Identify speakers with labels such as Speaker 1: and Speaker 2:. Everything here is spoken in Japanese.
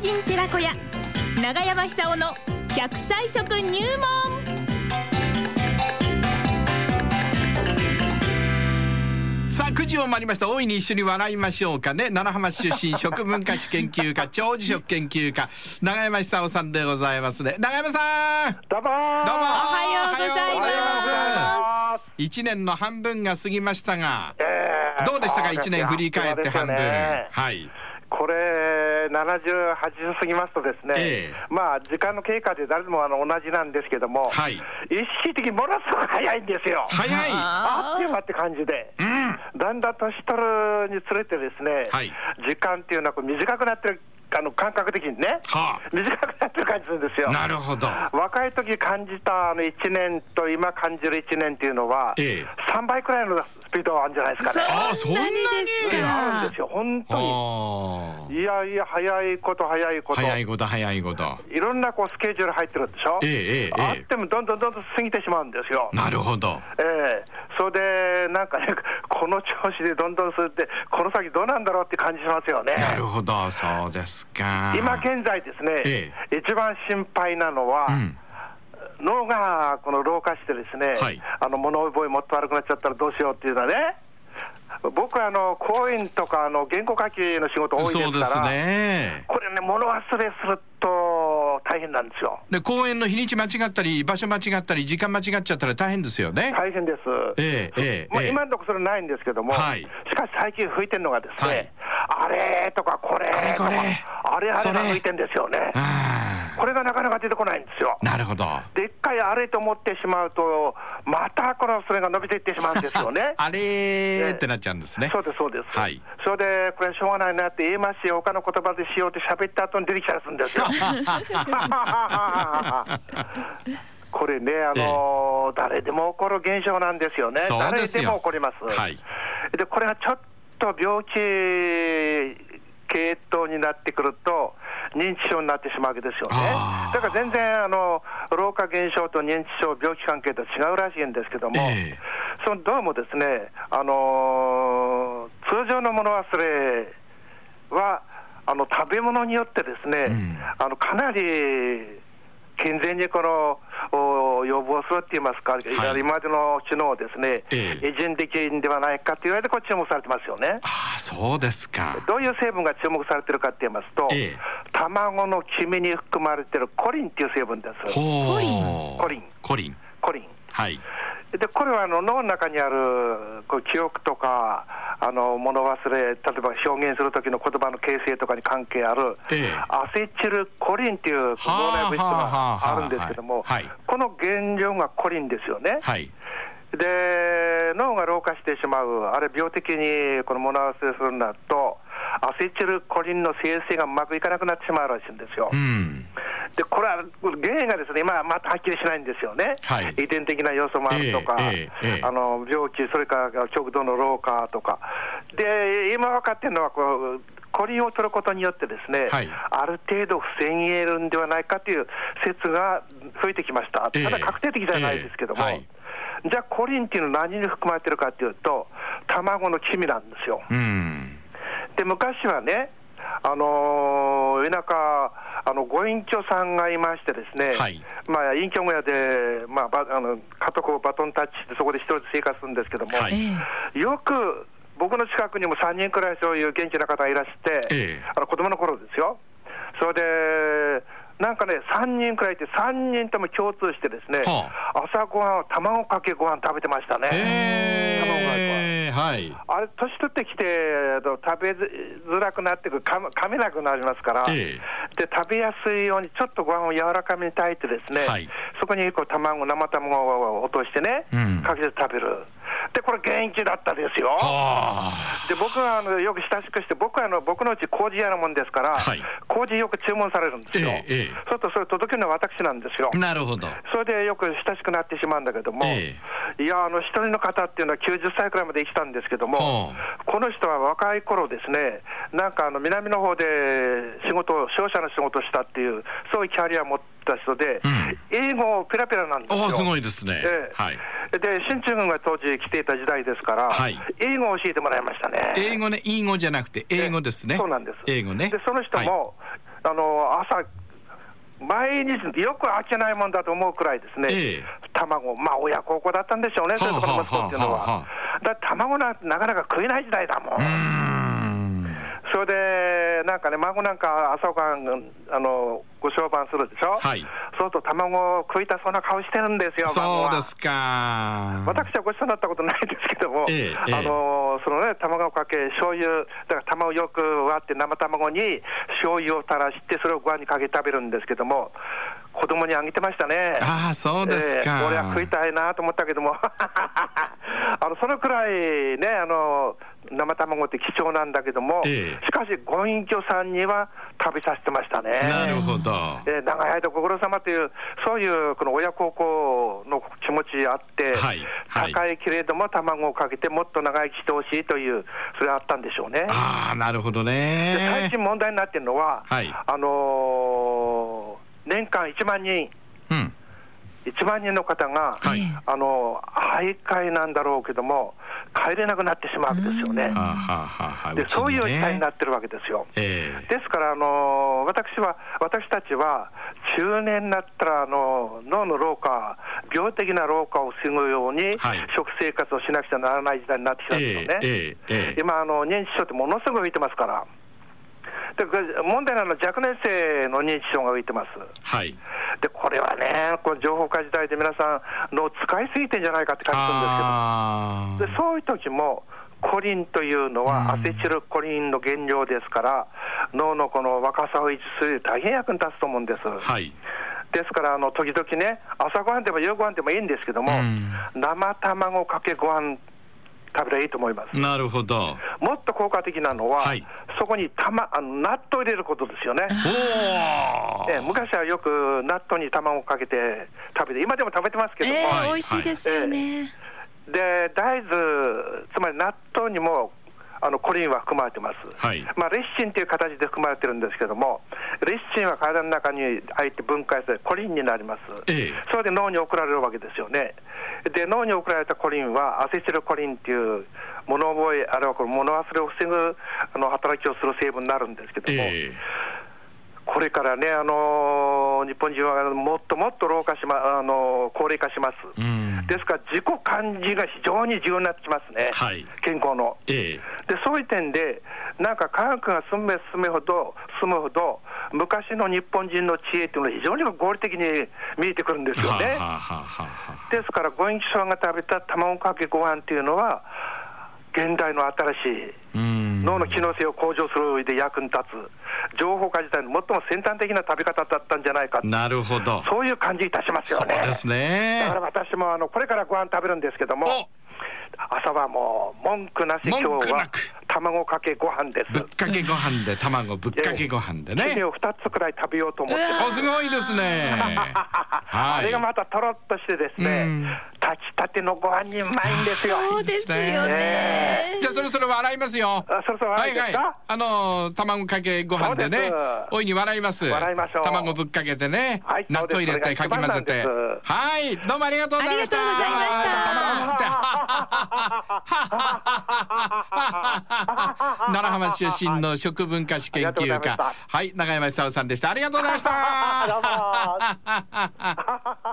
Speaker 1: 人寺子屋長山久夫の百歳食入門
Speaker 2: さあ9時を回りました大いに一緒に笑いましょうかね七浜市出身食文化史研究 家長寿食研究家長山久夫さんでございますね長山さん
Speaker 3: どうもー
Speaker 2: どうもお
Speaker 1: おはようござい
Speaker 2: お
Speaker 1: ま
Speaker 2: はようございます一年の半分が過ぎましたが
Speaker 3: えー
Speaker 2: どうでしたか
Speaker 3: そ
Speaker 2: 一
Speaker 3: す
Speaker 2: 年振り返って半分
Speaker 3: そうですよね
Speaker 2: はい
Speaker 3: これ、70、80過ぎますとですね、
Speaker 2: え
Speaker 3: まあ、時間の経過で誰でもあの同じなんですけども、
Speaker 2: はい
Speaker 3: 意識的にものすごく早いんですよ。
Speaker 2: 早い
Speaker 3: あっという
Speaker 1: あ
Speaker 3: 間って感じで、
Speaker 2: うん
Speaker 3: だんだん年取るにつれてですね、
Speaker 2: はい
Speaker 3: 時間っていうのはこう短くなってる、あの感覚的にね、
Speaker 2: は
Speaker 3: 短くなってる感じするんです
Speaker 2: あ
Speaker 3: よ。
Speaker 2: なるほど
Speaker 3: 若い時感じたあの1年と今感じる1年っていうのは、
Speaker 2: ええ
Speaker 3: 3倍くらいのスピードあるんじゃないですかね。
Speaker 2: あー
Speaker 1: そんなにです
Speaker 3: あるん
Speaker 1: か
Speaker 3: ですよ、本当に。
Speaker 2: あー
Speaker 3: いやいや、早いこと、早いこと。
Speaker 2: 早い
Speaker 3: い
Speaker 2: こと早いこと
Speaker 3: ろんなこうスケジュール入ってるでしょ。
Speaker 2: ええええええ
Speaker 3: あってもどんどんどんどん過ぎてしまうんですよ。
Speaker 2: なるほど
Speaker 3: ええそれで、なんかね、この調子でどんどんするって、この先どうなんだろうって感じしますよね。
Speaker 2: なるほどそうですか
Speaker 3: 今現在ですね、
Speaker 2: え
Speaker 3: 一番心配なのは、
Speaker 2: うん
Speaker 3: 脳がこの老化してですね、
Speaker 2: はい
Speaker 3: あの物覚えもっと悪くなっちゃったらどうしようっていうのはね、僕あの、講演とかあの原稿書きの仕事多いですから、
Speaker 2: そうですね
Speaker 3: これね、物忘れすると大変なんですよ。
Speaker 2: で公演の日にち間違ったり場所間違ったり時間間違っちゃったら大変ですよね、
Speaker 3: 大変です。
Speaker 2: ええええ
Speaker 3: まあ、
Speaker 2: ええ
Speaker 3: 今のところそれないんですけども、
Speaker 2: はい
Speaker 3: しかし最近吹いてるのがですね、あれとかこれとか、
Speaker 2: あれこれ
Speaker 3: あれあ
Speaker 2: そ
Speaker 3: れ
Speaker 2: れ
Speaker 3: が吹いてるんですよね。
Speaker 2: あ
Speaker 3: これがなかなか出てこないんですよ
Speaker 2: あ。なるほど。
Speaker 3: でっかいあれと思ってしまうと、またこのそれが伸びていってしまうんですよ ね
Speaker 2: あれーってなっちゃうんですね
Speaker 3: そうです、そうです。
Speaker 2: はい
Speaker 3: それで、これしょうがないなって言いますし、他の言葉でしようって喋った後に出てきたりするん ですよ。 これね、あのー誰でも起こる現象なんですよね。
Speaker 2: そうで
Speaker 3: 誰
Speaker 2: す
Speaker 3: で
Speaker 2: よ
Speaker 3: も起こります。
Speaker 2: はい
Speaker 3: で、これがちょっと病気系統になってくると、認知症になってしまうわけですよね
Speaker 2: あ。ー
Speaker 3: だから全然、あの、老化現象と認知症、病気関係と違うらしいんですけども、
Speaker 2: ええ
Speaker 3: そのどうもですね、あのー通常の物忘れは、あの食べ物によってですね、
Speaker 2: うん
Speaker 3: あのかなり健全にこのお予防するって言いますか、
Speaker 2: い
Speaker 3: 今までの知能をですね、
Speaker 2: ええ
Speaker 3: 偉人的ではないかと言われて、これ、注目されてますよね。
Speaker 2: ああそうですか
Speaker 3: どういう成分が注目されてるかって言いますと、
Speaker 2: ええ
Speaker 3: 卵の黄身に含まれてるコリンっていう成分です。
Speaker 2: ほう
Speaker 1: コリン
Speaker 2: コ
Speaker 3: コ
Speaker 2: リ
Speaker 3: リ
Speaker 2: ンコリン
Speaker 3: ンコリン。
Speaker 2: はい
Speaker 3: でこれはあの脳の中にあるこう記憶とかあの物忘れ例えば表現する時の言葉の形成とかに関係ある、
Speaker 2: ええ
Speaker 3: アセチルコリンっていう脳内物質があるんですけども、
Speaker 2: はあはあはあはいはい
Speaker 3: この原料がコリンですよね。
Speaker 2: はい
Speaker 3: で脳が老化してしまうあるいは病的にこの物忘れするんだとアセチルコリンの生成がうまくいかなくなってしまうらしいんですよ。
Speaker 2: うん
Speaker 3: でこれは原因がですね今はまたはっきりしないんですよね、
Speaker 2: はい
Speaker 3: 遺伝的な要素もあるとか、
Speaker 2: ええええええ
Speaker 3: あの病気、それから極度の老化とか、で今分かってるのはこう、コリンを取ることによって、ですね、
Speaker 2: はい
Speaker 3: ある程度防げるんではないかという説が増えてきました、
Speaker 2: ええ
Speaker 3: ただ確定的じゃないですけども、
Speaker 2: ええはい
Speaker 3: じゃあ、コリンっていうのは何に含まれてるかというと、卵の黄身なんですよ。
Speaker 2: うん
Speaker 3: で昔はね、あのー田舎、あのご隠居さんがいましてですね、
Speaker 2: はい
Speaker 3: まあ、隠居小屋で、まあ、ばあの家督をバトンタッチして、そこで一人で生活するんですけども、
Speaker 2: はい
Speaker 1: ええ
Speaker 3: よく僕の近くにも3人くらいそういう元気な方がいらして、
Speaker 2: ええ
Speaker 3: あの子供の頃ですよ。それでなんかね、3人くらいいて、3人とも共通して、ですね、
Speaker 2: は
Speaker 3: 朝ごはんは卵かけご飯食べてましたね。卵かけご飯
Speaker 2: ええはい
Speaker 3: あれ、年取ってきて、あの食べづらくなってくる、かむ噛めなくなりますから、
Speaker 2: え
Speaker 3: で、食べやすいように、ちょっとご飯を柔らかめに炊いてですね、
Speaker 2: はい
Speaker 3: そこにこう卵、生卵を落としてね、
Speaker 2: うん
Speaker 3: かけて食べる。で、これ、元気だったですよ。
Speaker 2: はあ
Speaker 3: で僕はあのよく親しくして、僕はあの僕のうち麹屋なもんですから、
Speaker 2: はい
Speaker 3: 麹よく注文されるんですよ。
Speaker 2: ええええ
Speaker 3: そうすると、それ届けるのは私なんですよ。
Speaker 2: なるほど
Speaker 3: それでよく親しくなってしまうんだけども、
Speaker 2: え
Speaker 3: いや、あの一人の方っていうのは90歳くらいまで生きたんですけども、この人は若い頃ですね、なんかあの南の方で仕事を、商社の仕事をしたっていう、そういうキャリアを持った人で、
Speaker 2: うん
Speaker 3: 英語をペラペラなんです
Speaker 2: お
Speaker 3: よ。
Speaker 2: おすごいですね
Speaker 3: ええ
Speaker 2: はい
Speaker 3: で、進駐軍が当時来ていた時代ですから、
Speaker 2: はい
Speaker 3: 英語を教えてもらいましたね。
Speaker 2: 英語ね、英語じゃなくて英語ですね。
Speaker 3: そうなんです。
Speaker 2: 英語ね。
Speaker 3: で、その人も、あの朝毎日よく飽きないもんだと思うくらいですね、
Speaker 2: ええ
Speaker 3: 卵、まあ親孝行だったんでしょうね、そういうところの息子っていうの
Speaker 2: はあはあは
Speaker 3: は。だって卵なんてなかなか食えない時代だもん。それで、なんかね、孫なんか朝ごはん、あの、ご商売するでしょ。
Speaker 2: はい
Speaker 3: そうすると卵を食いたそうな顔してるんですよ、孫
Speaker 2: そう
Speaker 3: は。
Speaker 2: ですか。
Speaker 3: 私はごちそうになったことないですけども、
Speaker 2: ええええ
Speaker 3: あのそのね、卵かけ、醤油だから卵をよく割って、生卵に醤油を垂らして、それをご飯にかけて食べるんですけども、子供にあげてましたね。
Speaker 2: ああ、そうです
Speaker 3: え
Speaker 2: か。
Speaker 3: え俺は食いたいなと思ったけども、 あのそのくらいね、あの生卵って貴重なんだけども、
Speaker 2: ええ
Speaker 3: しかし、ご隠居さんには食べさせてましたね。
Speaker 2: なるほど。
Speaker 3: えー長い間ご苦労様という、そういうこの親孝行の気持ちあって、
Speaker 2: はいはい
Speaker 3: 高いけれども、卵をかけてもっと長生きしてほしいという、それはあったんでしょうね。
Speaker 2: ああ、なるほど
Speaker 3: で最
Speaker 2: ね。
Speaker 3: 近問題になってるのは、
Speaker 2: はい
Speaker 3: あのー年間1万人、
Speaker 2: うん。
Speaker 3: 1万人の方が、
Speaker 2: はい。
Speaker 3: あのー徘徊なんだろうけども、帰れなくなってしまうんですよ
Speaker 2: は
Speaker 3: ね。
Speaker 2: あ、はあはあはあ、
Speaker 3: で
Speaker 2: ちにね
Speaker 3: そういう事態になってるわけですよ。
Speaker 2: ええ
Speaker 3: ですから、あの私は、私たちは、中年になったら、あの脳の老化、病的な老化を防ぐように、
Speaker 2: はい
Speaker 3: 食生活をしなくちゃならない時代になってきたんですよね。
Speaker 2: ええええええ
Speaker 3: 今あの、認知症ってものすごく浮いてますから。でこれ問題なのは若年性の認知症が浮いてます。
Speaker 2: はい。
Speaker 3: で、これはね、この情報化時代で皆さん、脳使いすぎてんじゃないかって感じするんですけど。
Speaker 2: あ
Speaker 3: でそういう時もコリンというのはアセチルコリンの原料ですから、脳のこの若さを維持する大変役に立つと思うんです。
Speaker 2: あ。はい。
Speaker 3: ですからあの時々ね朝ごはんでも夕ごはんでもいいんですけども、
Speaker 2: うん
Speaker 3: 生卵かけご飯食べればいいと思います。
Speaker 2: なるほど。
Speaker 3: もっと効果的なのは、
Speaker 2: はい
Speaker 3: そこにた、ま、あの納豆を入れることですよね。
Speaker 2: お
Speaker 3: ええ
Speaker 2: お。
Speaker 3: 昔はよく納豆に卵をかけて食べて今でも食べてますけども、
Speaker 4: え
Speaker 2: はい
Speaker 4: ー、美味しいですよね。
Speaker 3: で大豆、つまり納豆にもあのコリンは含まれてます、
Speaker 2: はい
Speaker 3: まあ、レッシンという形で含まれてるんですけども、レッシンは体の中に入って分解されて、コリンになります、
Speaker 2: ええ
Speaker 3: それで脳に送られるわけですよね、で脳に送られたコリンは、アセチルコリンっていう、物覚え、あるいはこの物忘れを防ぐあの働きをする成分になるんですけども。
Speaker 2: ええ
Speaker 3: これからね、あのー日本人はもっともっと老化しま、あのー高齢化します、
Speaker 2: うん
Speaker 3: ですから自己管理が非常に重要になってきますね、
Speaker 2: はい
Speaker 3: 健康の。
Speaker 2: ええ
Speaker 3: でそういう点で、なんか科学が進め進めほど、進むほど、昔の日本人の知恵っていうのは非常に合理的に見えてくるんですよ
Speaker 2: はあ
Speaker 3: ね。
Speaker 2: はあはあはあ。
Speaker 3: ですから、ご隠居さんが食べた卵かけご飯っていうのは、現代の新しい
Speaker 2: うん。
Speaker 3: 脳の機能性を向上する上で役に立つ、情報化自体の最も先端的な食べ方だったんじゃないか、
Speaker 2: なるほど。
Speaker 3: そういう感じいたします
Speaker 2: そ
Speaker 3: よ
Speaker 2: う
Speaker 3: ね。
Speaker 2: ですね
Speaker 3: だから。私もあのこれからご飯食べるんですけども、朝はもう文句なし、今
Speaker 2: 文
Speaker 3: 日
Speaker 2: 句な
Speaker 3: は
Speaker 2: く
Speaker 3: 卵かけご飯です。
Speaker 2: ぶっかけご飯で卵ぶっかけご飯で
Speaker 3: 次
Speaker 2: ね。
Speaker 3: を2つくらい食べようと思 って
Speaker 2: おすごいです ね。
Speaker 3: あ
Speaker 2: はい。
Speaker 3: れがまたとろっとしてですね
Speaker 2: うん、
Speaker 3: 炊きたてのご飯にうまいんですよ。
Speaker 4: そうですよね。
Speaker 2: じゃあそろそろ笑いますよ。
Speaker 3: あそろそろ笑いですか
Speaker 2: ははい。あのー卵かけご飯で
Speaker 3: そう
Speaker 2: ね
Speaker 3: です、
Speaker 2: 大いに笑います。
Speaker 3: 笑いましょう
Speaker 2: 卵ぶっかけてね、
Speaker 3: はい
Speaker 2: 納豆入れ
Speaker 3: そう
Speaker 2: て
Speaker 3: です
Speaker 2: かき混ぜて
Speaker 3: それが。一
Speaker 2: はい、どうもありがとうございました。
Speaker 4: ありがとうございました
Speaker 2: 卵ぶっかけ奈良浜市出身の食文化史研
Speaker 3: ありが
Speaker 2: 究
Speaker 3: とう
Speaker 2: 家
Speaker 3: ございまし、
Speaker 2: はい、永山久夫さんでした。ありがとうございました。
Speaker 3: どうも